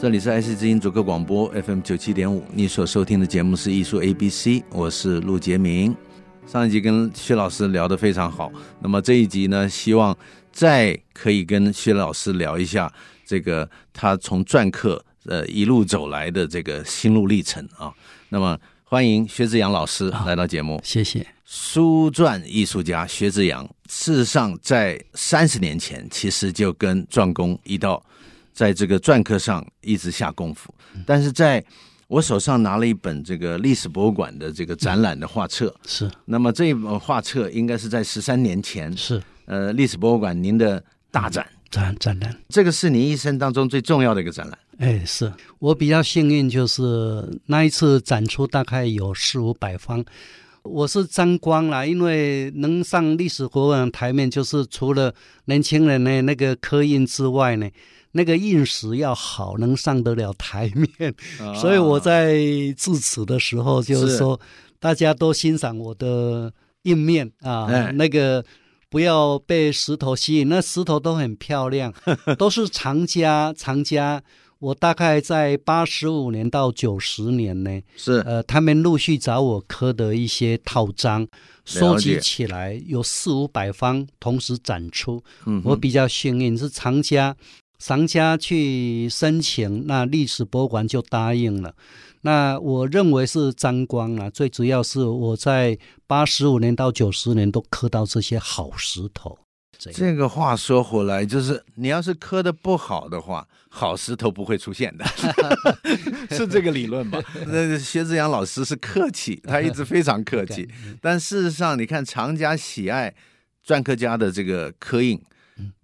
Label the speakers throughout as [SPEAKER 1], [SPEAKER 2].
[SPEAKER 1] 这里是爱惜之音主客广播 FM 九七点五，你所收听的节目是艺术 A B C，我是陆杰明。上一集跟薛老师聊得非常好，那么这一集呢，希望再可以跟薛老师聊一下这个他从篆刻呃一路走来的这个心路历程啊。那么欢迎薛志阳老师来到节目。
[SPEAKER 2] 谢谢。
[SPEAKER 1] 书篆艺术家薛志阳，事实上在三十年前，其实就跟篆工一道，在这个篆刻上一直下功夫。
[SPEAKER 2] 嗯
[SPEAKER 1] 但是在我手上拿了一本这个历史博物馆的这个展览的画册，
[SPEAKER 2] 是
[SPEAKER 1] 那么这一本画册应该是在十三年前，
[SPEAKER 2] 是嗯
[SPEAKER 1] 呃，历史博物馆您的大展，
[SPEAKER 2] 展展览，
[SPEAKER 1] 这个是您一生当中最重要的一个展览。
[SPEAKER 2] 哎，是我比较幸运，就是那一次展出大概有四五百方，我是沾光了，因为能上历史博物馆台面，就是除了年轻人呢那个刻印之外呢，那个印识要好，能上得了台面，所以
[SPEAKER 1] 啊
[SPEAKER 2] 我在致辞的时候就是说，大家都欣赏我的印面啊，
[SPEAKER 1] 哎
[SPEAKER 2] 那个不要被石头吸引，那石头都很漂亮，都是藏家藏家。我大概在八十五年到九十年呢，
[SPEAKER 1] 是
[SPEAKER 2] 呃，他们陆续找我刻的一些套章，收集起来有四五百方，同时展出。
[SPEAKER 1] 嗯哼
[SPEAKER 2] 我比较幸运是藏家，藏家去申请，那历史博物馆就答应了。那我认为是沾光了、最主要是我在八十五年到九十年都刻到这些好石头。这
[SPEAKER 1] 这个话说回来，就是你要是磕的不好的话，好石头不会出现 的，是这个理论吧？ 那薛志阳老师是客气，他一直非常客气，但事实上，你看藏家喜爱篆刻家的这个刻印，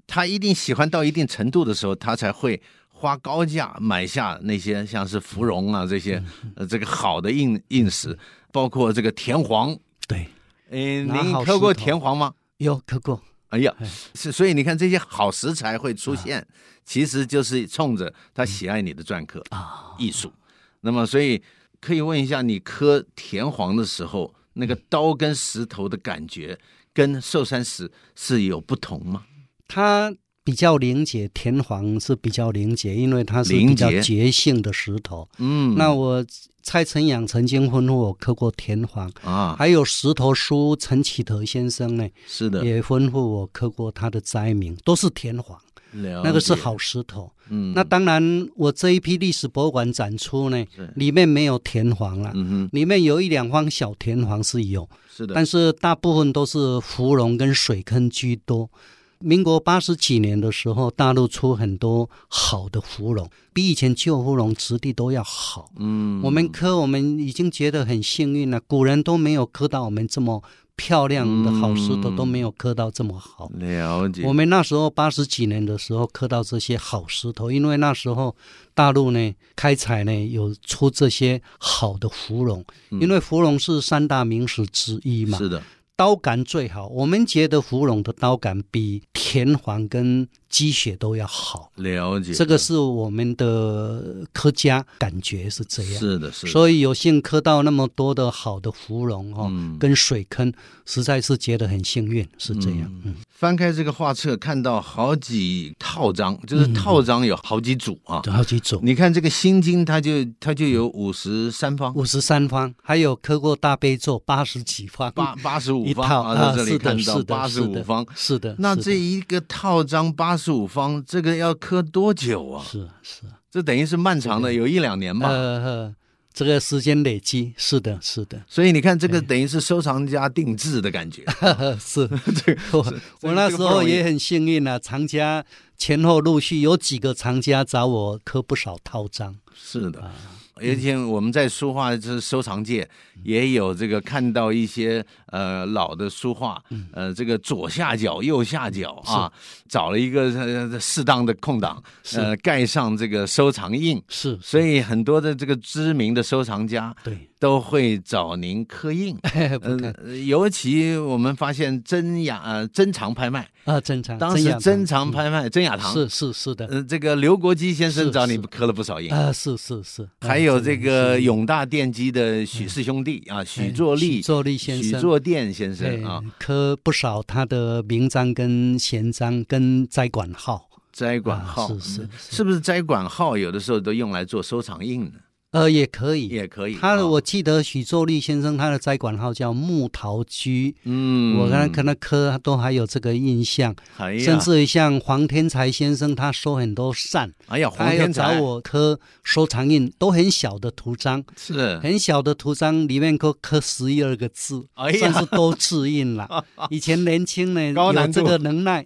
[SPEAKER 1] 他一定喜欢到一定程度的时候，他才会。花高价买下那些像是芙蓉啊这些，呃，这个好的印印石，包括这个田黄。
[SPEAKER 2] 对，
[SPEAKER 1] 嗯，
[SPEAKER 2] 拿
[SPEAKER 1] 您
[SPEAKER 2] 好
[SPEAKER 1] 刻过
[SPEAKER 2] 石头
[SPEAKER 1] 田黄吗？
[SPEAKER 2] 有刻过。
[SPEAKER 1] 哎呀
[SPEAKER 2] 哎，啊
[SPEAKER 1] 是，所以你看这些好食材会出现，其实就是冲着
[SPEAKER 2] 嗯
[SPEAKER 1] 他喜爱你的篆刻啊艺术。那么，所以可以问一下，你刻田黄的时候，那个刀跟石头的感觉，跟寿山石是有不同吗？
[SPEAKER 2] 它比较凝结，田黄是比较凝结，因为它是比较
[SPEAKER 1] 凝结
[SPEAKER 2] 结性的石头。
[SPEAKER 1] 嗯，
[SPEAKER 2] 那我蔡成养曾经吩咐我刻过田黄，
[SPEAKER 1] 啊，
[SPEAKER 2] 还有石头书陈启德先生呢，
[SPEAKER 1] 是的，
[SPEAKER 2] 也吩咐我刻过他的斋名，都是田黄，那
[SPEAKER 1] 那
[SPEAKER 2] 个是，好石头。
[SPEAKER 1] 嗯，
[SPEAKER 2] 那当然，我这一批历史博物馆展出呢
[SPEAKER 1] 是，
[SPEAKER 2] 里面没有田黄了。
[SPEAKER 1] 嗯哼，
[SPEAKER 2] 里面有一两方小田黄是有，
[SPEAKER 1] 是的，
[SPEAKER 2] 但是大部分都是芙蓉跟水坑居多。民国八十几年的时候，大陆出很多好的芙蓉，比以前旧芙蓉质地都要好。
[SPEAKER 1] 嗯，
[SPEAKER 2] 我们科我们已经觉得很幸运了，古人都没有科到我们这么漂亮的好石头，
[SPEAKER 1] 嗯
[SPEAKER 2] 都没有科到这么好。
[SPEAKER 1] 了嗯解，
[SPEAKER 2] 我们那时候八十几年的时候刻到这些好石头，因为那时候大陆呢开采呢有出这些好的芙蓉，因为芙蓉是三大名石之一
[SPEAKER 1] 嗯
[SPEAKER 2] 嘛，
[SPEAKER 1] 是的，
[SPEAKER 2] 刀感最好。我们觉得芙蓉的刀感比田黄跟鸡血都要好，
[SPEAKER 1] 了解，
[SPEAKER 2] 这个是我们的科家感觉是这样。
[SPEAKER 1] 是的，是的，
[SPEAKER 2] 所以有幸刻到那么多的好的芙蓉哦，
[SPEAKER 1] 嗯
[SPEAKER 2] 跟水坑，实在是觉得很幸运，是这样。嗯，
[SPEAKER 1] 翻开这个画册，看到好几套章，就是
[SPEAKER 2] 嗯
[SPEAKER 1] 套章有好几组啊。
[SPEAKER 2] 有嗯好几种。
[SPEAKER 1] 你看这个《心经》，它就它就有五十三方、
[SPEAKER 2] 五十三方，还有刻过大悲咒八十几方，
[SPEAKER 1] 八八十五
[SPEAKER 2] 一套
[SPEAKER 1] 方啊，在这
[SPEAKER 2] 是
[SPEAKER 1] 里
[SPEAKER 2] 的，
[SPEAKER 1] 看
[SPEAKER 2] 是
[SPEAKER 1] 到
[SPEAKER 2] 的，
[SPEAKER 1] 八十
[SPEAKER 2] 是
[SPEAKER 1] 五
[SPEAKER 2] 的
[SPEAKER 1] 方。
[SPEAKER 2] 是的。
[SPEAKER 1] 那
[SPEAKER 2] 是的
[SPEAKER 1] 这一个套章八十五方，这个要刻多久啊？
[SPEAKER 2] 是是
[SPEAKER 1] 这等于是漫长的，有一两年
[SPEAKER 2] 呃
[SPEAKER 1] 吧。
[SPEAKER 2] 呃，这个时间累积，是的，是的，
[SPEAKER 1] 所以你看，这个等于是收藏家定制的感觉。
[SPEAKER 2] 是。
[SPEAKER 1] 这个
[SPEAKER 2] 我
[SPEAKER 1] 这
[SPEAKER 2] 我
[SPEAKER 1] 个
[SPEAKER 2] 那
[SPEAKER 1] 这
[SPEAKER 2] 时
[SPEAKER 1] 个不
[SPEAKER 2] 候
[SPEAKER 1] 容易
[SPEAKER 2] 也很幸运啊，藏家前后陆续有几个藏家找我刻不少套章。
[SPEAKER 1] 是的。而且我们在书画这收藏界
[SPEAKER 2] 嗯
[SPEAKER 1] 也有这个看到一些呃老的书画，
[SPEAKER 2] 嗯
[SPEAKER 1] 呃，这个左下角、右下角啊，找了一个呃适当的空档，呃，盖上这个收藏印。
[SPEAKER 2] 是，
[SPEAKER 1] 所以很多的这个知名的收藏家
[SPEAKER 2] 对，
[SPEAKER 1] 都会找您刻 印。
[SPEAKER 2] 不看
[SPEAKER 1] 呃，尤其我们发现珍雅呃珍藏拍卖，
[SPEAKER 2] 啊，珍藏，
[SPEAKER 1] 当时
[SPEAKER 2] 雅
[SPEAKER 1] 珍
[SPEAKER 2] 堂
[SPEAKER 1] 藏拍卖珍雅堂，
[SPEAKER 2] 嗯是是是的，
[SPEAKER 1] 呃，这个刘国基先生
[SPEAKER 2] 是
[SPEAKER 1] 找你
[SPEAKER 2] 是
[SPEAKER 1] 刻了不少印，
[SPEAKER 2] 啊，是是是，
[SPEAKER 1] 还有这个
[SPEAKER 2] 永
[SPEAKER 1] 永大电机的许氏兄弟啊，许作立、
[SPEAKER 2] 嗯哎许作立先
[SPEAKER 1] 许
[SPEAKER 2] 生，哎
[SPEAKER 1] 作殿先生
[SPEAKER 2] 对
[SPEAKER 1] 啊，，
[SPEAKER 2] 刻不少他的名章跟闲章跟斋馆号，
[SPEAKER 1] 斋馆号嗯
[SPEAKER 2] 啊是是是
[SPEAKER 1] 是不是斋馆号有的时候都用来做收藏印呢？
[SPEAKER 2] 呃，也可以。
[SPEAKER 1] 也可以。
[SPEAKER 2] 他
[SPEAKER 1] 啊
[SPEAKER 2] 我记得许作立先生他的斋馆号叫木桃居，
[SPEAKER 1] 嗯，
[SPEAKER 2] 我刚才看他刻都还有这个印象，
[SPEAKER 1] 哎呀
[SPEAKER 2] 甚至于像黄天才先生他收很多扇，
[SPEAKER 1] 哎呀，
[SPEAKER 2] 他
[SPEAKER 1] 黄
[SPEAKER 2] 还有
[SPEAKER 1] 天
[SPEAKER 2] 找
[SPEAKER 1] 才
[SPEAKER 2] 我刻收藏印，都很小的图章，
[SPEAKER 1] 是
[SPEAKER 2] 很小的图章里面刻刻十一二个字，
[SPEAKER 1] 哎呀
[SPEAKER 2] 算是都字印 了。以前年轻呢
[SPEAKER 1] 高
[SPEAKER 2] 有
[SPEAKER 1] 难度
[SPEAKER 2] 这个能耐，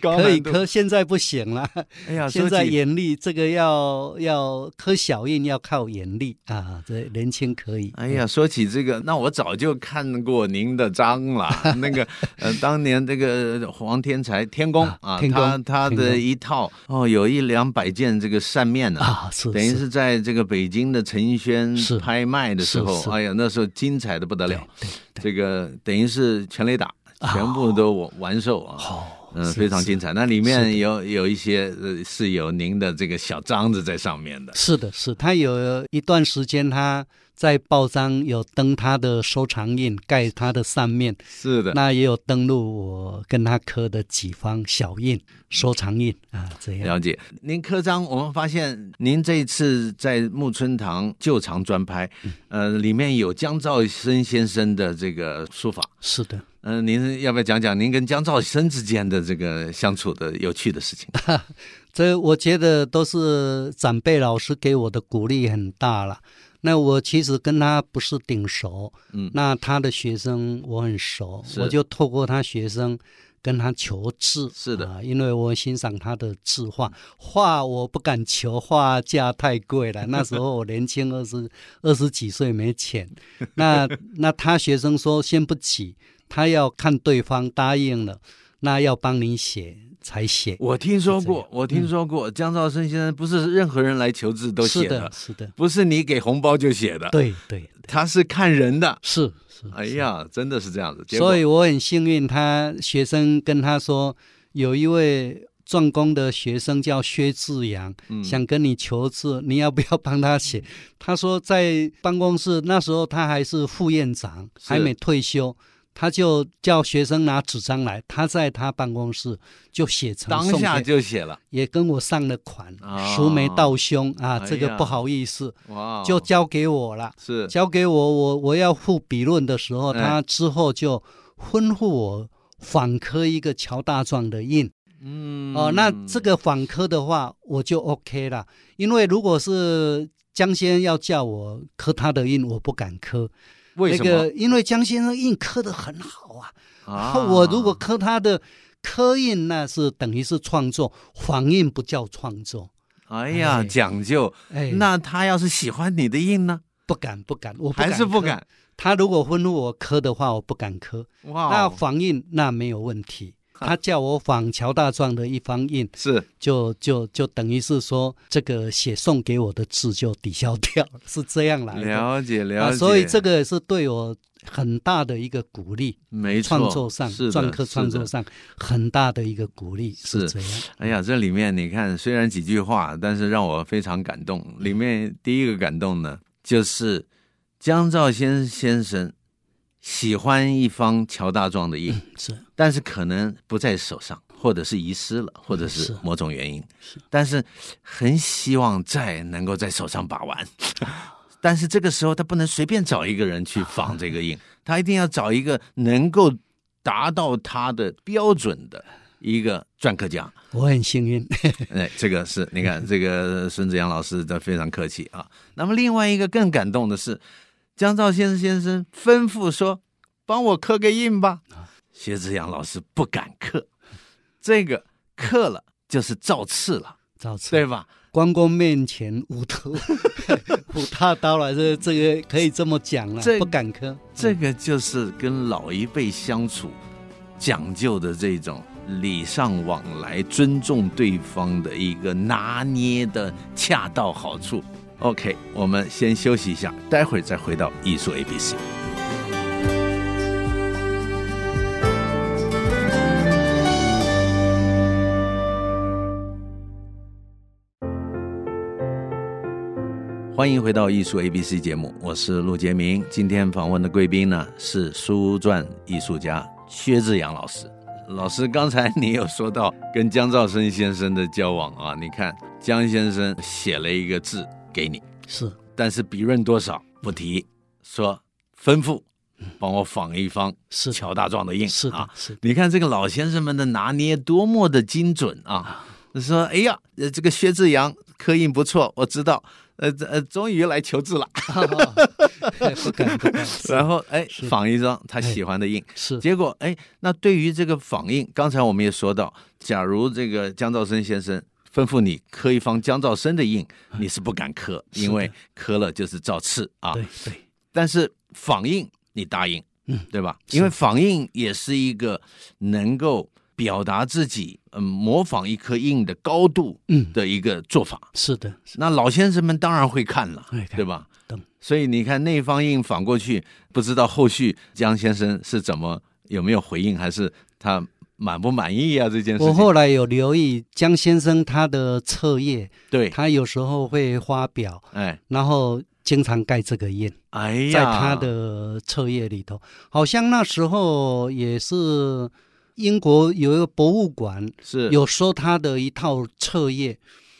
[SPEAKER 1] 高
[SPEAKER 2] 可以
[SPEAKER 1] 难度
[SPEAKER 2] 刻，现在不行了。
[SPEAKER 1] 哎呀，
[SPEAKER 2] 现
[SPEAKER 1] 说
[SPEAKER 2] 在
[SPEAKER 1] 起
[SPEAKER 2] 眼力这个要要刻小印要靠眼力啊，这年轻可以。
[SPEAKER 1] 哎呀，说起这个，那我早就看过您的章 了。那个呃，当年这个黄天才天宫
[SPEAKER 2] 啊
[SPEAKER 1] 啊，
[SPEAKER 2] 天
[SPEAKER 1] 他
[SPEAKER 2] 宫
[SPEAKER 1] 他
[SPEAKER 2] 天
[SPEAKER 1] 的
[SPEAKER 2] 宫
[SPEAKER 1] 一套哦，有一两百件这个扇面呢、
[SPEAKER 2] 啊，是
[SPEAKER 1] 等于是在这个北京的陈奕轩
[SPEAKER 2] 是
[SPEAKER 1] 拍卖的时
[SPEAKER 2] 是
[SPEAKER 1] 候，
[SPEAKER 2] 是
[SPEAKER 1] 哎呀，那时候精彩的不得
[SPEAKER 2] 对
[SPEAKER 1] 了。
[SPEAKER 2] 对对，
[SPEAKER 1] 这个等于是全垒打，全部都我完售啊，
[SPEAKER 2] 哦，
[SPEAKER 1] 嗯，
[SPEAKER 2] 是
[SPEAKER 1] 非常
[SPEAKER 2] 是
[SPEAKER 1] 精彩。那里
[SPEAKER 2] 是
[SPEAKER 1] 面
[SPEAKER 2] 的
[SPEAKER 1] 有有一些呃是有您的这个小章子在上面的。
[SPEAKER 2] 是的，是他有一段时间他在报章有登他的收藏印，盖他的扇面，
[SPEAKER 1] 是的，
[SPEAKER 2] 那也有登录我跟他刻的几方小印、收藏印啊，这样
[SPEAKER 1] 了解，您科章，我们发现您这一次在木村堂旧藏专拍，
[SPEAKER 2] 嗯
[SPEAKER 1] 呃，里面有江兆生先生的这个书法，
[SPEAKER 2] 是的。
[SPEAKER 1] 嗯、您要不要讲讲您跟江兆生之间的这个相处的有趣的事情？
[SPEAKER 2] 这我觉得都是长辈老师给我的鼓励很大了。那我其实跟他不是顶熟，
[SPEAKER 1] 嗯
[SPEAKER 2] 那他的学生我很熟，
[SPEAKER 1] 是
[SPEAKER 2] 我就透过他学生跟他求字，
[SPEAKER 1] 是的嗯
[SPEAKER 2] 啊因为我欣赏他的字画，画我不敢求，画价太贵 了。那时候我年轻，二十二十几岁没钱， 那那他学生说先不起，他要看对方答应了，那要帮你写才写。
[SPEAKER 1] 我听说
[SPEAKER 2] 是这
[SPEAKER 1] 过
[SPEAKER 2] 样，嗯
[SPEAKER 1] 我听说过，江兆生先生不是任何人来求字都写
[SPEAKER 2] 是的，是的，
[SPEAKER 1] 不是你给红包就写的，，
[SPEAKER 2] 对对，
[SPEAKER 1] 他是看人的。
[SPEAKER 2] 是是。
[SPEAKER 1] 哎呀，真的是这样子，结果
[SPEAKER 2] 所以我很幸运，他学生跟他说，有一位壮工的学生叫薛志阳，
[SPEAKER 1] 嗯
[SPEAKER 2] 想跟你求字，你要不要帮他写？他说在办公室那时候他还是副院长，
[SPEAKER 1] 是
[SPEAKER 2] 还没退休。他就叫学生拿纸张来，他在他办公室就写成
[SPEAKER 1] 当
[SPEAKER 2] 送
[SPEAKER 1] 下
[SPEAKER 2] 给
[SPEAKER 1] 就写了，
[SPEAKER 2] 也跟我上了款，
[SPEAKER 1] 啊
[SPEAKER 2] 熟眉道兄啊，
[SPEAKER 1] 哎
[SPEAKER 2] 这个
[SPEAKER 1] 呀啊
[SPEAKER 2] 不好意思，
[SPEAKER 1] 哇，哦
[SPEAKER 2] 就交给我了。
[SPEAKER 1] 是
[SPEAKER 2] 交给我，我我要付笔论的时候，
[SPEAKER 1] 哎
[SPEAKER 2] 他之后就吩咐我仿刻一个乔大壮的印。
[SPEAKER 1] 嗯
[SPEAKER 2] 哦，那这个仿刻的话，我就 OK 了，因为如果是江先生要叫我刻他的印，我不敢刻。
[SPEAKER 1] 为什
[SPEAKER 2] 那
[SPEAKER 1] 么？
[SPEAKER 2] 个，因为江先生印刻的很好啊，
[SPEAKER 1] 啊，
[SPEAKER 2] 我如果刻他的。刻印那是等于是创作，仿印不叫创作。
[SPEAKER 1] 哎呀
[SPEAKER 2] 哎
[SPEAKER 1] 讲究，
[SPEAKER 2] 哎，
[SPEAKER 1] 那他要是喜欢你的印呢，
[SPEAKER 2] 不敢不敢，我不
[SPEAKER 1] 还是不
[SPEAKER 2] 刻
[SPEAKER 1] 敢？
[SPEAKER 2] 他如果吩咐我刻的话，我不敢刻。
[SPEAKER 1] 哇
[SPEAKER 2] 那
[SPEAKER 1] 哦，
[SPEAKER 2] 仿印那没有问题。他叫我仿乔大壮的一方印，
[SPEAKER 1] 是
[SPEAKER 2] 就就就等于是说，这个写送给我的字就抵消掉，是这样来的。
[SPEAKER 1] 了解了
[SPEAKER 2] 啊，
[SPEAKER 1] 解，
[SPEAKER 2] 所以这个也是对我很大的一个鼓励，
[SPEAKER 1] 没错
[SPEAKER 2] 创作上、
[SPEAKER 1] 是的
[SPEAKER 2] 篆刻
[SPEAKER 1] 是
[SPEAKER 2] 创作
[SPEAKER 1] 的
[SPEAKER 2] 上很大的一个鼓励，是
[SPEAKER 1] 是
[SPEAKER 2] 这样。
[SPEAKER 1] 哎呀，这里面你看，虽然几句话，但是让我非常感动。里面第一个感动呢，就是江兆先先生喜欢一方乔大壮的印，
[SPEAKER 2] 是
[SPEAKER 1] 但是可能不在手上，或者是遗失了，或者是
[SPEAKER 2] 是
[SPEAKER 1] 某种原因。但是很希望在能够在手上把玩。但是这个时候，他不能随便找一个人去仿这个印，他一定要找一个能够达到他的标准的一个篆刻家。
[SPEAKER 2] 我很幸运，
[SPEAKER 1] 哎，这个是你看，这个孙子阳老师的非常客气啊。那么另外一个更感动的是，江兆先生先生吩咐说：“帮我刻个印吧。”薛志阳老师不敢刻，这个刻了就是造次了。
[SPEAKER 2] 照吃。
[SPEAKER 1] 对吧？
[SPEAKER 2] 关公面前五 头五大刀了，这这个可以这么讲了
[SPEAKER 1] 这，
[SPEAKER 2] 不敢磕。嗯
[SPEAKER 1] 这个就是跟老一辈相处讲究的这种礼尚往来、尊重对方的一个拿捏的恰到好处。OK，我们先休息一下，待会儿再回到艺术 ABC。欢迎回到艺术 ABC 节目，我是陆杰明。今天访问的贵宾呢是书传艺术家薛志阳老师。老师，刚才你有说到跟江兆生先生的交往啊，你看江先生写了一个字给你，
[SPEAKER 2] 是
[SPEAKER 1] 但是笔润多少不提，说吩咐帮我仿一方
[SPEAKER 2] 是
[SPEAKER 1] 乔大壮的印
[SPEAKER 2] 是的
[SPEAKER 1] 啊，。
[SPEAKER 2] 是的，
[SPEAKER 1] 你看这个老先生们的拿捏多么的精准啊！说，哎呀，呃这个薛志阳刻印不错，我知道，呃这呃，终于来求字了。
[SPEAKER 2] 不敢不敢。是
[SPEAKER 1] 然后哎，
[SPEAKER 2] 是
[SPEAKER 1] 仿一张他喜欢的印。
[SPEAKER 2] 是
[SPEAKER 1] 结果哎，那对于这个仿印，刚才我们也说到，假如这个江兆生先生吩咐你刻一方江兆生的印，你是不敢刻，
[SPEAKER 2] 嗯是
[SPEAKER 1] 因
[SPEAKER 2] 的
[SPEAKER 1] 为刻了就是造次啊。
[SPEAKER 2] 对对
[SPEAKER 1] 但是仿印你答应，
[SPEAKER 2] 嗯
[SPEAKER 1] 对吧？
[SPEAKER 2] 是
[SPEAKER 1] 因为仿印也是一个能够表达自己，嗯，模仿一颗印的高度
[SPEAKER 2] 嗯
[SPEAKER 1] 的一个做法。
[SPEAKER 2] 是的是
[SPEAKER 1] 那老先生们当然会看了，
[SPEAKER 2] 会看
[SPEAKER 1] 对吧？
[SPEAKER 2] 懂
[SPEAKER 1] 所以你看那方印反过去，不知道后续江先生是怎么有没有回应，还是他满不满意啊？这件事情，
[SPEAKER 2] 我后来有留意江先生他的册页，
[SPEAKER 1] 对，
[SPEAKER 2] 他有时候会发表，
[SPEAKER 1] 哎，
[SPEAKER 2] 然后经常盖这个印。
[SPEAKER 1] 哎呀，
[SPEAKER 2] 在他的册页里头，好像那时候也是英国有一个博物馆
[SPEAKER 1] 是
[SPEAKER 2] 有收他的一套册页，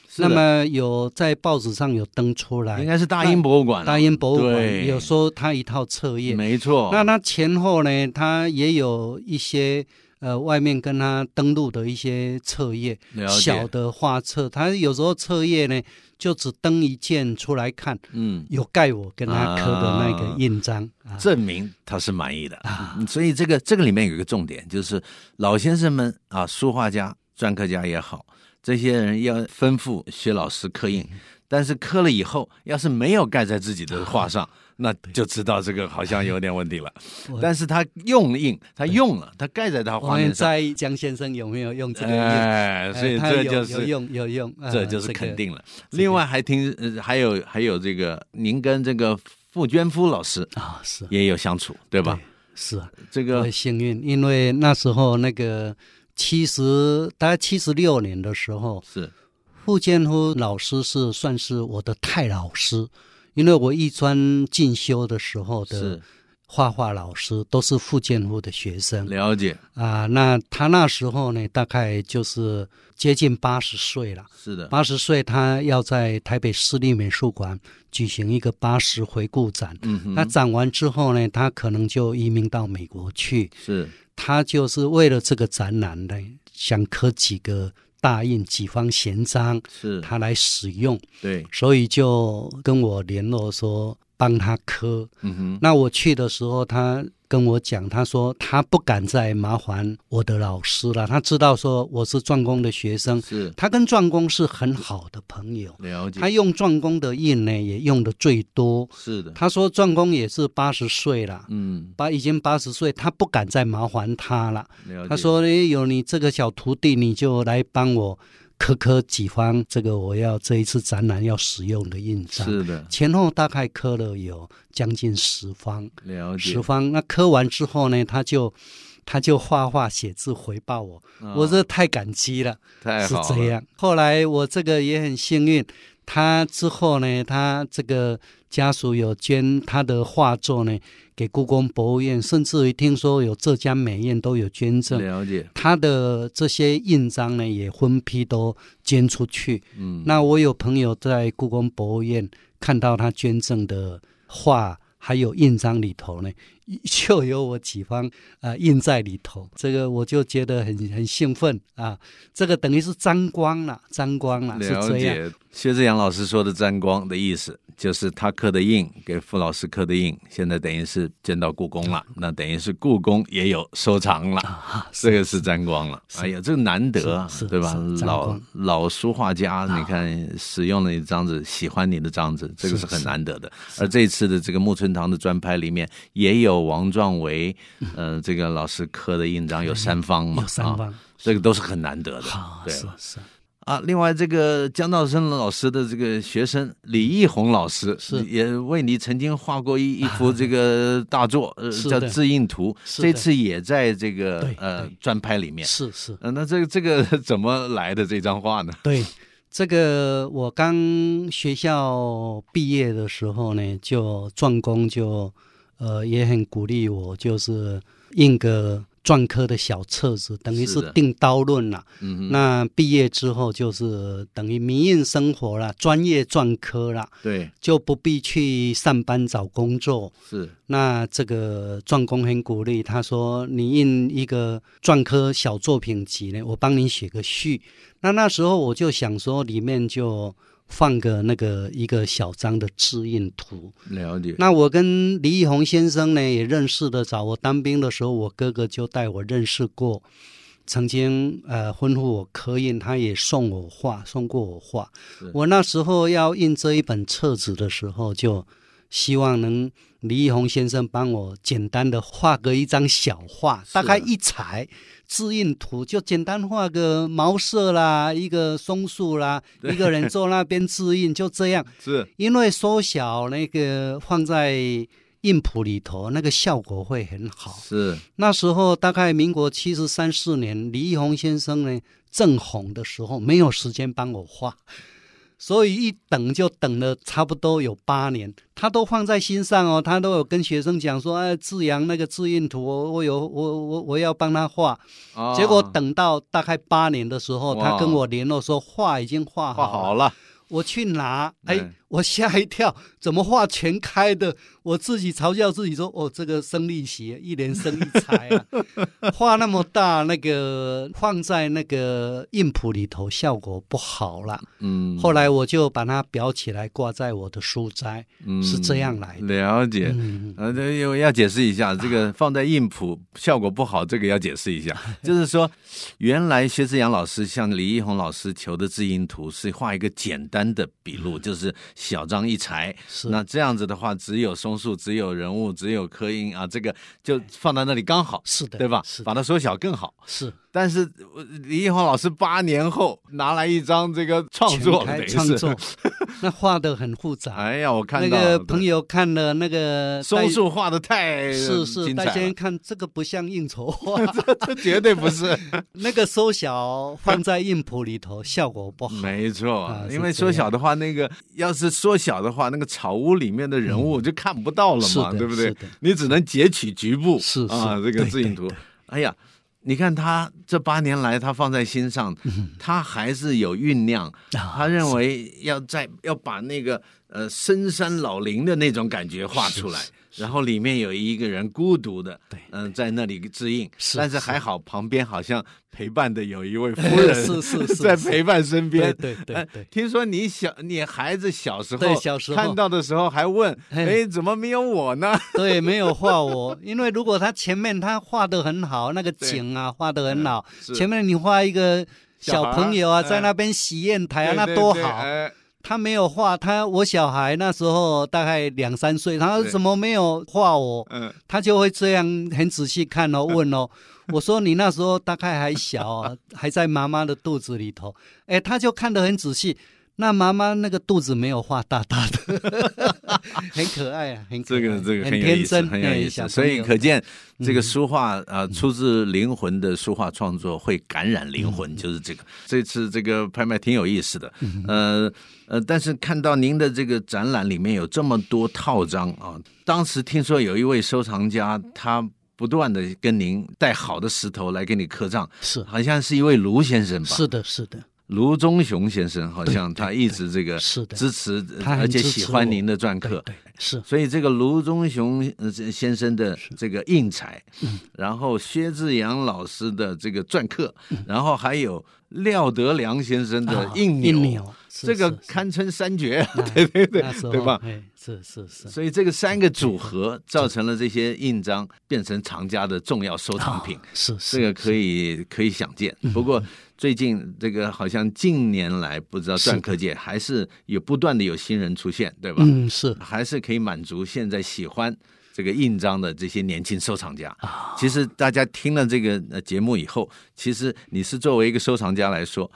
[SPEAKER 1] 是的
[SPEAKER 2] 那么有在报纸上有登出
[SPEAKER 1] 应
[SPEAKER 2] 来，
[SPEAKER 1] 该是大英博物馆啊，
[SPEAKER 2] 大英博物
[SPEAKER 1] 对
[SPEAKER 2] 馆有收他一套册页。
[SPEAKER 1] 没错，
[SPEAKER 2] 那他前后呢，他也有一些呃外面跟他登录的一些册页，
[SPEAKER 1] 了解
[SPEAKER 2] 小的画册，他有时候册页呢就只登一件出来看，
[SPEAKER 1] 嗯，
[SPEAKER 2] 有盖我跟他刻的那个印章 啊
[SPEAKER 1] 证明他是满意的。嗯所以这个这个里面有一个重点，就是老先生们啊，书画家、篆刻家也好，这些人要吩咐薛老师刻印，
[SPEAKER 2] 嗯
[SPEAKER 1] 但是刻了以后，要是没有盖在自己的画
[SPEAKER 2] 啊
[SPEAKER 1] 上，那就知道这个好像有点问题了
[SPEAKER 2] 我。
[SPEAKER 1] 但是他用印，他用了，他盖在他
[SPEAKER 2] 我
[SPEAKER 1] 画
[SPEAKER 2] 们
[SPEAKER 1] 面上，
[SPEAKER 2] 在江先生有没有用这个用？
[SPEAKER 1] 哎，所以
[SPEAKER 2] 他
[SPEAKER 1] 这
[SPEAKER 2] 有
[SPEAKER 1] 就
[SPEAKER 2] 有
[SPEAKER 1] 是
[SPEAKER 2] 用有用，呃
[SPEAKER 1] 这就是
[SPEAKER 2] 个
[SPEAKER 1] 肯定了。另外还听，呃还有还有这个，您跟这个傅娟夫老师
[SPEAKER 2] 啊，是
[SPEAKER 1] 也有相处，对吧？
[SPEAKER 2] 是啊，
[SPEAKER 1] 这个
[SPEAKER 2] 我很幸运，因为那时候那个七十，大概七十六年的时候，
[SPEAKER 1] 是
[SPEAKER 2] 傅建夫老师是算是我的太老师，因为我艺专进修的时候的
[SPEAKER 1] 是
[SPEAKER 2] 画画老师都是傅建夫的学生
[SPEAKER 1] 了解，
[SPEAKER 2] 啊、那他那时候呢，大概就是接近八十岁了。
[SPEAKER 1] 是的，
[SPEAKER 2] 八十岁，他要在台北市立美术馆举行一个八十回顾展。
[SPEAKER 1] 嗯哼，
[SPEAKER 2] 那展完之后呢，他可能就移民到美国去。
[SPEAKER 1] 是
[SPEAKER 2] 他就是为了这个展览呢，想刻几个大印、几方闲章，
[SPEAKER 1] 是，
[SPEAKER 2] 他来使用，
[SPEAKER 1] 对，
[SPEAKER 2] 所以就跟我联络说帮他刻。
[SPEAKER 1] 嗯哼，
[SPEAKER 2] 那我去的时候，他跟我讲，他说他不敢再麻烦我的老师了，他知道说我是壮工的学生，
[SPEAKER 1] 是
[SPEAKER 2] 他跟壮工是很好的朋友，
[SPEAKER 1] 了解
[SPEAKER 2] 他，用壮工的印呢也用的最多。
[SPEAKER 1] 是的，
[SPEAKER 2] 他说壮工也是八十岁了，
[SPEAKER 1] 嗯，
[SPEAKER 2] 八已经八十岁，他不敢再麻烦他了。
[SPEAKER 1] 了解，
[SPEAKER 2] 他说诶有你这个小徒弟，你就来帮我刻刻几方这个我要这一次展览要使用的印章。
[SPEAKER 1] 是的，
[SPEAKER 2] 前后大概刻了有将近十方，
[SPEAKER 1] 了解
[SPEAKER 2] 十，方。那刻完之后呢，他就他就画画写字回报我，
[SPEAKER 1] 啊
[SPEAKER 2] 我这太感激了。
[SPEAKER 1] 太
[SPEAKER 2] 是
[SPEAKER 1] 好
[SPEAKER 2] 这
[SPEAKER 1] 了，
[SPEAKER 2] 样。后来我这个也很幸运，他之后呢，他这个家属有捐他的画作呢给故宫博物院，甚至于听说有浙江美院都有捐赠。
[SPEAKER 1] 了解，
[SPEAKER 2] 他的这些印章呢，也分批都捐出去。
[SPEAKER 1] 嗯，
[SPEAKER 2] 那我有朋友在故宫博物院看到他捐赠的画，还有印章里头呢， 就有我几方啊、呃印在里头，这个我就觉得很很兴奋啊。这个等于是沾光了，沾光了啊是
[SPEAKER 1] 了
[SPEAKER 2] 这样。
[SPEAKER 1] 解薛志阳老师说的“沾光”的意思，就是他刻的印给傅老师刻的印，现在等于是捐到故宫了，那等于是故宫也有收藏了，
[SPEAKER 2] 啊，
[SPEAKER 1] 这个是沾光了。
[SPEAKER 2] 是
[SPEAKER 1] 哎呀，这个难得啊
[SPEAKER 2] 是，是
[SPEAKER 1] 对吧
[SPEAKER 2] 是？沾
[SPEAKER 1] 老
[SPEAKER 2] 光啊
[SPEAKER 1] 老书画家，你看使用了一张纸，喜欢你的张纸，这个
[SPEAKER 2] 是
[SPEAKER 1] 是很
[SPEAKER 2] 是
[SPEAKER 1] 难得的。而这次的这个木村堂的专拍里面，也有王壮维，呃，这个老师刻的印章有三方嘛，
[SPEAKER 2] 嗯有三
[SPEAKER 1] 啊
[SPEAKER 2] 方，
[SPEAKER 1] 这个都是很难得的
[SPEAKER 2] 好，，
[SPEAKER 1] 哦对
[SPEAKER 2] 是
[SPEAKER 1] 吧
[SPEAKER 2] 是
[SPEAKER 1] 啊，另外这个江道生老师的这个学生李义宏老师
[SPEAKER 2] 是
[SPEAKER 1] 也为你曾经画过 一一幅这个大作，呃，
[SPEAKER 2] 是
[SPEAKER 1] 叫
[SPEAKER 2] 的
[SPEAKER 1] 《自印图》，
[SPEAKER 2] 是
[SPEAKER 1] 这
[SPEAKER 2] 的
[SPEAKER 1] 次也在这个
[SPEAKER 2] 对
[SPEAKER 1] 呃
[SPEAKER 2] 对
[SPEAKER 1] 专拍里面。
[SPEAKER 2] 是是，
[SPEAKER 1] 呃，那这个这个 怎么来的这张画呢？
[SPEAKER 2] 对。这个我刚学校毕业的时候呢，就壮工就，呃，也很鼓励我，就是印个篆刻的小册子，等于
[SPEAKER 1] 是的
[SPEAKER 2] 是定刀论啦、
[SPEAKER 1] 嗯哼，
[SPEAKER 2] 那毕业之后就是等于民营生活啦，专业篆刻啦，
[SPEAKER 1] 对，
[SPEAKER 2] 就不必去上班找工作。
[SPEAKER 1] 是
[SPEAKER 2] 那这个篆工很鼓励，他说：“你印一个篆刻小作品集呢，我帮你写个序。”那那时候我就想说，里面就放个那个一个小张的制印图。
[SPEAKER 1] 了解。
[SPEAKER 2] 那我跟李义宏先生呢也认识的早，我当兵的时候，我哥哥就带我认识过，曾经呃吩咐我刻印，他也送我画，送过我画
[SPEAKER 1] 是。
[SPEAKER 2] 我那时候要印这一本册子的时候，就希望能李义宏先生帮我简单的画个一张小画，
[SPEAKER 1] 是啊
[SPEAKER 2] 大概一裁。制印图就简单画个毛色啦，一个松树啦，一个人坐那边制印，就这样。
[SPEAKER 1] 是
[SPEAKER 2] 因为缩小那个放在印谱里头，那个效果会很好。
[SPEAKER 1] 是
[SPEAKER 2] 那时候大概民国七十三四年，李义宏先生呢正红的时候，没有时间帮我画，所以一等就等了差不多有八年，他都放在心上哦，他都有跟学生讲说，哎，志阳那个字印图，我我有我我我要帮他画。
[SPEAKER 1] 啊，
[SPEAKER 2] 结果等到大概八年的时候，
[SPEAKER 1] 哇
[SPEAKER 2] 他跟我联络说，画已经画
[SPEAKER 1] 画
[SPEAKER 2] 好了
[SPEAKER 1] 好。了，
[SPEAKER 2] 我去拿，哎
[SPEAKER 1] 嗯，
[SPEAKER 2] 我吓一跳，怎么画全开的？我自己嘲笑自己说：“哦，这个生利息，一连生一财 啊！”画那么大，那个放在那个印谱里头效果不好啦。
[SPEAKER 1] 嗯，
[SPEAKER 2] 后来我就把它裱起来，挂在我的书斋。
[SPEAKER 1] 嗯
[SPEAKER 2] 是这样来的
[SPEAKER 1] 了解，
[SPEAKER 2] 嗯，
[SPEAKER 1] 呃，这我要解释一下，这 个放在印谱效果不好，这个要解释一下。就是说，原来薛志阳老师向李一宏老师求的字音图是画一个简单的笔录，就是小张一裁。
[SPEAKER 2] 嗯是
[SPEAKER 1] 那这样子的话，只有松树，只有人物，只有刻印啊，这个就放在那里刚好，
[SPEAKER 2] 是的，
[SPEAKER 1] 对吧？
[SPEAKER 2] 是的
[SPEAKER 1] 把它缩小更好。
[SPEAKER 2] 是
[SPEAKER 1] 但是呃李一宏老师八年后拿来一张这个创作了，等
[SPEAKER 2] 全开
[SPEAKER 1] 于
[SPEAKER 2] 创
[SPEAKER 1] 是。
[SPEAKER 2] 作，那画的很复杂。
[SPEAKER 1] 哎呀，我看
[SPEAKER 2] 那
[SPEAKER 1] 到
[SPEAKER 2] 个
[SPEAKER 1] 了
[SPEAKER 2] 朋友看了那个戴
[SPEAKER 1] 松树画的太
[SPEAKER 2] 是是，
[SPEAKER 1] 精彩
[SPEAKER 2] 戴
[SPEAKER 1] 了
[SPEAKER 2] 先生看这个不像应酬画。
[SPEAKER 1] 这绝对不是，
[SPEAKER 2] 那个缩小放在硬谱里头效果不好。
[SPEAKER 1] 没错
[SPEAKER 2] 啊，是
[SPEAKER 1] 因为缩小的话，那个要是缩小的话，那个草屋里面的人物就看不到了
[SPEAKER 2] 嗯是
[SPEAKER 1] 嘛，
[SPEAKER 2] 的
[SPEAKER 1] 对不
[SPEAKER 2] 是
[SPEAKER 1] 对
[SPEAKER 2] 的？
[SPEAKER 1] 你只能截取局部，
[SPEAKER 2] 是是
[SPEAKER 1] 啊，这个
[SPEAKER 2] 对
[SPEAKER 1] 字影图
[SPEAKER 2] 对对。
[SPEAKER 1] 哎呀，你看他这八年来，他放在心上，他还是有酝酿，
[SPEAKER 2] 嗯啊
[SPEAKER 1] 他认为要在要把那个呃深山老林的那种感觉画出来
[SPEAKER 2] 是。
[SPEAKER 1] 然后里面有一个人孤独的，
[SPEAKER 2] 对
[SPEAKER 1] 嗯、在那里指引，
[SPEAKER 2] 是
[SPEAKER 1] 但是
[SPEAKER 2] 是
[SPEAKER 1] 还好旁边好像陪伴的有一 位夫人，
[SPEAKER 2] 是是是，
[SPEAKER 1] 在
[SPEAKER 2] 是
[SPEAKER 1] 陪伴身边。
[SPEAKER 2] 对对对
[SPEAKER 1] 哎
[SPEAKER 2] 对
[SPEAKER 1] 听说你小你孩子小时候，
[SPEAKER 2] 对小时候
[SPEAKER 1] 看到的时候还问，
[SPEAKER 2] 哎
[SPEAKER 1] 哎，怎么没有我呢？
[SPEAKER 2] 对，没有画我，因为如果他前面他画的很好，那个
[SPEAKER 1] 对
[SPEAKER 2] 景啊画的很好，
[SPEAKER 1] 哎是
[SPEAKER 2] 前面你画一个
[SPEAKER 1] 小孩
[SPEAKER 2] 小朋友啊，
[SPEAKER 1] 哎
[SPEAKER 2] 在那边喜宴台啊，
[SPEAKER 1] 对
[SPEAKER 2] 那
[SPEAKER 1] 对
[SPEAKER 2] 多
[SPEAKER 1] 对
[SPEAKER 2] 好。
[SPEAKER 1] 哎
[SPEAKER 2] 他没有画他，我小孩那时候大概两三岁，他说
[SPEAKER 1] 对
[SPEAKER 2] 怎么没有画我？
[SPEAKER 1] 嗯，
[SPEAKER 2] 他就会这样很仔细 看哦，问哦。我说你那时候大概还小啊，还在妈妈的肚子里头。哎，他就看得很仔细。那妈妈那个肚子没有画大大的， 很可爱啊，很可
[SPEAKER 1] 这
[SPEAKER 2] 爱
[SPEAKER 1] 个这个
[SPEAKER 2] 很
[SPEAKER 1] 很有意
[SPEAKER 2] 天
[SPEAKER 1] 思，
[SPEAKER 2] 真，
[SPEAKER 1] 很有
[SPEAKER 2] 哎
[SPEAKER 1] 意
[SPEAKER 2] 小
[SPEAKER 1] 思。所以
[SPEAKER 2] 朋友嗯
[SPEAKER 1] 可见，这个书画啊，出自灵魂的书画创作会感染灵
[SPEAKER 2] 嗯
[SPEAKER 1] 魂，就是这个。这次这个拍卖挺有意思的，呃呃，但是看到您的这个展览里面有这么多套章啊，当时听说有一位收藏家他。不断的跟您带好的石头来给你刻账，
[SPEAKER 2] 是
[SPEAKER 1] 好像是一位卢先生吧？
[SPEAKER 2] 是的，是的，
[SPEAKER 1] 卢忠雄先生好像他一直这个
[SPEAKER 2] 是的
[SPEAKER 1] 支持，呃
[SPEAKER 2] 他很
[SPEAKER 1] 而且
[SPEAKER 2] 支
[SPEAKER 1] 喜
[SPEAKER 2] 持
[SPEAKER 1] 欢
[SPEAKER 2] 我
[SPEAKER 1] 您的篆刻。
[SPEAKER 2] 对，是
[SPEAKER 1] 所以这个卢忠雄呃这先生的这个印彩，
[SPEAKER 2] 嗯
[SPEAKER 1] 然后薛志阳老师的这个篆刻，然后还有廖德良先生的
[SPEAKER 2] 嗯啊
[SPEAKER 1] 印
[SPEAKER 2] 印
[SPEAKER 1] 钮，
[SPEAKER 2] 钮，是
[SPEAKER 1] 这个
[SPEAKER 2] 是是
[SPEAKER 1] 堪称三绝，
[SPEAKER 2] 那
[SPEAKER 1] 对对对
[SPEAKER 2] 那时，候
[SPEAKER 1] 对吧？
[SPEAKER 2] 哎，是是是，
[SPEAKER 1] 所以这个三个组合造成了这些印章变成藏家的重要收藏品
[SPEAKER 2] 啊，是是嗯
[SPEAKER 1] 这个可以可以想见。不过最近这个好像近年来不知道
[SPEAKER 2] 是的
[SPEAKER 1] 篆刻界还是有不断的有新人出现，对吧？
[SPEAKER 2] 嗯是
[SPEAKER 1] 还是可以满足现在喜欢这个印章的这些年轻收藏家。
[SPEAKER 2] 啊
[SPEAKER 1] 其实大家听了这个呃节目以后，其实你是作为一个收藏家来说。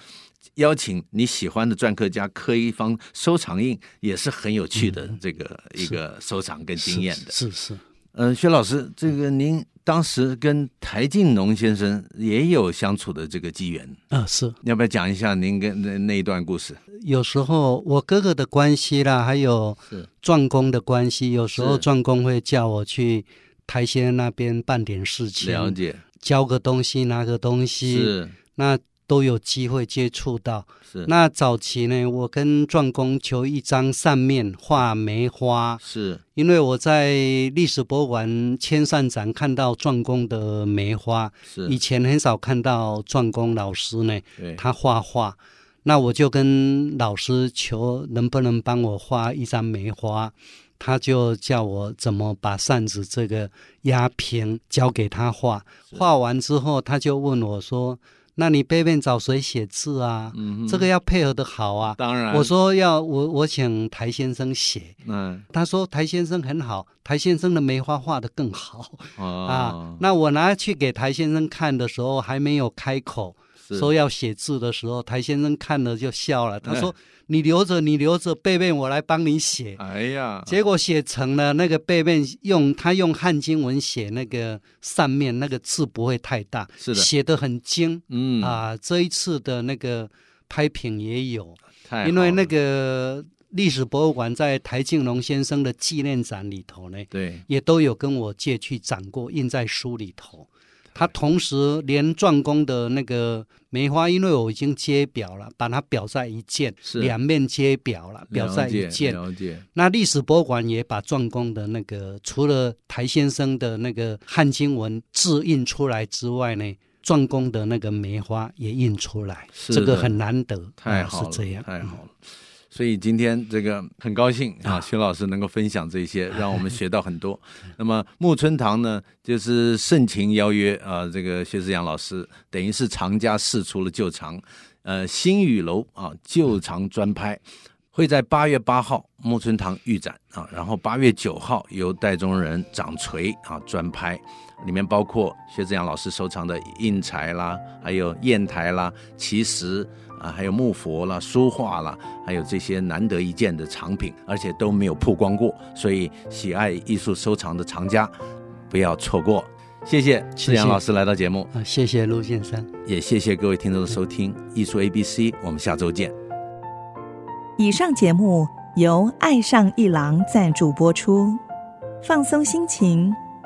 [SPEAKER 1] 邀请你喜欢的篆刻家刻一方收藏印，也是很有趣的这个一个收藏跟经验的。
[SPEAKER 2] 是是。是
[SPEAKER 1] 嗯，薛老师，这个您当时跟台静农先生也有相处的这个机缘，
[SPEAKER 2] 啊，是
[SPEAKER 1] 要不要讲一下您跟那那一段故事？
[SPEAKER 2] 有时候我哥哥的关系啦，还有
[SPEAKER 1] 是
[SPEAKER 2] 壮工的关系，有时候
[SPEAKER 1] 是
[SPEAKER 2] 壮工会叫我去台仙那边办点事情，
[SPEAKER 1] 了解，
[SPEAKER 2] 交个东西，拿个东西，
[SPEAKER 1] 是
[SPEAKER 2] 那都有机会接触到。
[SPEAKER 1] 是
[SPEAKER 2] 那早期呢，我跟壮工求一张扇面画梅花，
[SPEAKER 1] 是
[SPEAKER 2] 因为我在历史博物馆千扇展看到壮工的梅花，
[SPEAKER 1] 是，
[SPEAKER 2] 以前很少看到壮工老师呢。
[SPEAKER 1] 对
[SPEAKER 2] 他画画，那我就跟老师求能不能帮我画一张梅花，他就叫我怎么把扇子这个压平，交给他画。画完之后，他就问我说：“那你背面找谁写字啊？
[SPEAKER 1] 嗯哼
[SPEAKER 2] 这个要配合的好啊。”
[SPEAKER 1] 当然，
[SPEAKER 2] 我说要我我请台先生写，
[SPEAKER 1] 嗯
[SPEAKER 2] 他说台先生很好，台先生的梅花画的更好、啊
[SPEAKER 1] 啊。，
[SPEAKER 2] 那我拿去给台先生看的时候，还没有开口，
[SPEAKER 1] 是
[SPEAKER 2] 说要写字的时候，台先生看了就笑了，他
[SPEAKER 1] 哎
[SPEAKER 2] 说：“你留着，你留着，背面我来帮你写。
[SPEAKER 1] 哎呀，
[SPEAKER 2] 结果写成了那个背面用他用汉经文写那个上面那个字不会太大，
[SPEAKER 1] 是的
[SPEAKER 2] 写得很精
[SPEAKER 1] 嗯，
[SPEAKER 2] 啊。这一次的那个拍品也有，
[SPEAKER 1] 太哎好
[SPEAKER 2] 因为那
[SPEAKER 1] 了
[SPEAKER 2] 个历史博物馆在台静农先生的纪念展里头呢，
[SPEAKER 1] 对
[SPEAKER 2] 也都有跟我借去展过，印在书里头。他同时连壮工的那个梅花，因为我已经揭表了，把它裱在一件，
[SPEAKER 1] 是
[SPEAKER 2] 两面揭表了，裱在
[SPEAKER 1] 了解
[SPEAKER 2] 一件。
[SPEAKER 1] 了解
[SPEAKER 2] 那历史博物馆也把壮工的那个，除了台先生的那个汉经文字印出来之外呢，壮工的那个梅花也印出来，
[SPEAKER 1] 是
[SPEAKER 2] 这
[SPEAKER 1] 的
[SPEAKER 2] 个很难得，
[SPEAKER 1] 太
[SPEAKER 2] 啊
[SPEAKER 1] 好了，
[SPEAKER 2] 是这样，嗯
[SPEAKER 1] 太好了。所以今天这个很高兴啊，薛老师能够分享这 些，让我们学到很多。那么木村堂呢，就是盛情邀约啊、呃这个薛志阳老师，等于是藏家试出了旧藏，呃，新宇楼啊旧藏专拍，会在八月八号木村堂预展啊，然后八月九号由戴宗仁掌锤啊专拍，里面包括薛志阳老师收藏的印材啦，还有砚台啦、奇石啊，还有木佛啦、书画啦，还有这些难得一见的藏品，而且都没有曝光过，所以喜爱艺术收藏的藏家不要错过。谢谢
[SPEAKER 2] 谢谢
[SPEAKER 1] 志阳老师来到节目，
[SPEAKER 2] 啊！谢谢陆先生。
[SPEAKER 1] 也谢谢各位听众的收听，艺术 A B C，我们下周见。
[SPEAKER 3] 以上节目由爱上一郎赞助播出，放松心情，